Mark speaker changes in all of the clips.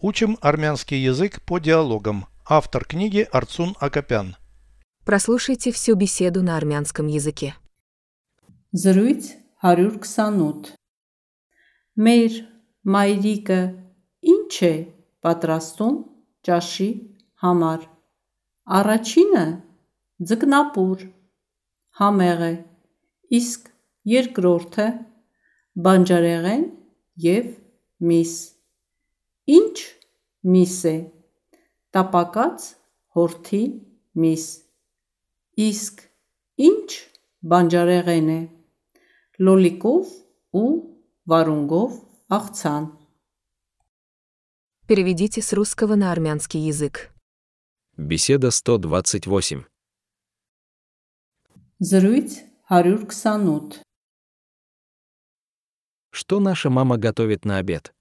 Speaker 1: Учим армянский язык по диалогам. Автор книги Арцун Акопян.
Speaker 2: Прослушайте всю беседу на армянском языке.
Speaker 3: Զրույց 128 Մեր մայրիկը ինչ է պատրաստում ճաշի համար։ Առաջինը ձկնապուր համեղ է, իսկ երկրորդը բանջարեղեն եւ միս։ Ինչ միս է։ Տապակած հորթի միս։ Իսկ ինչ բանջարեղեն է։ Լոլիկով ու վարունգով աղցան։
Speaker 2: Переведите с русского на армянский язык.
Speaker 4: Беседа 128.
Speaker 3: Զրույց 128
Speaker 4: Что наша мама готовит на обед?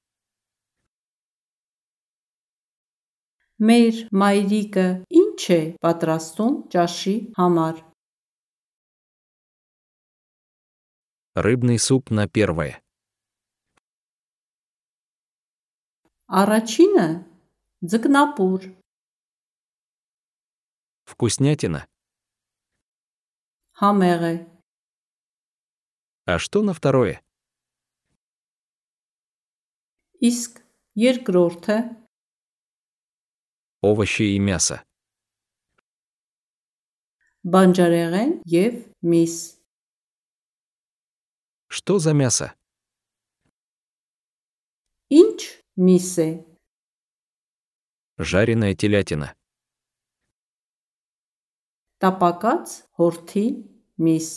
Speaker 3: Մեր մայրիկը ինչ է պատրաստում ճաշի համար։
Speaker 4: Рыбный суп на первое.
Speaker 3: Առաջինը ձկնապուր,
Speaker 4: Вкуснятина.
Speaker 3: համեղ է,
Speaker 4: А что на второе?
Speaker 3: իսկ երկրորդը
Speaker 4: Овощи и мясо.
Speaker 3: բանջարեղեն եւ միս։
Speaker 4: Что за мясо?
Speaker 3: Ինչ միս է։
Speaker 4: Жареная телятина.
Speaker 3: Տապակած հորթի միս։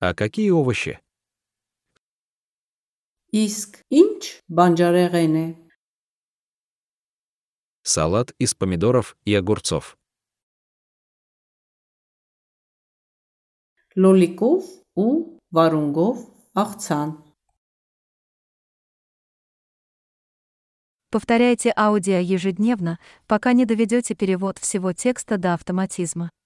Speaker 4: А какие овощи?
Speaker 3: Իսկ ինչ բանջարեղեն է։
Speaker 4: Салат из помидоров и огурцов.
Speaker 3: Լոլիկով ու վարունգով աղցան։
Speaker 5: Повторяйте аудио ежедневно, пока не доведете перевод всего текста до автоматизма.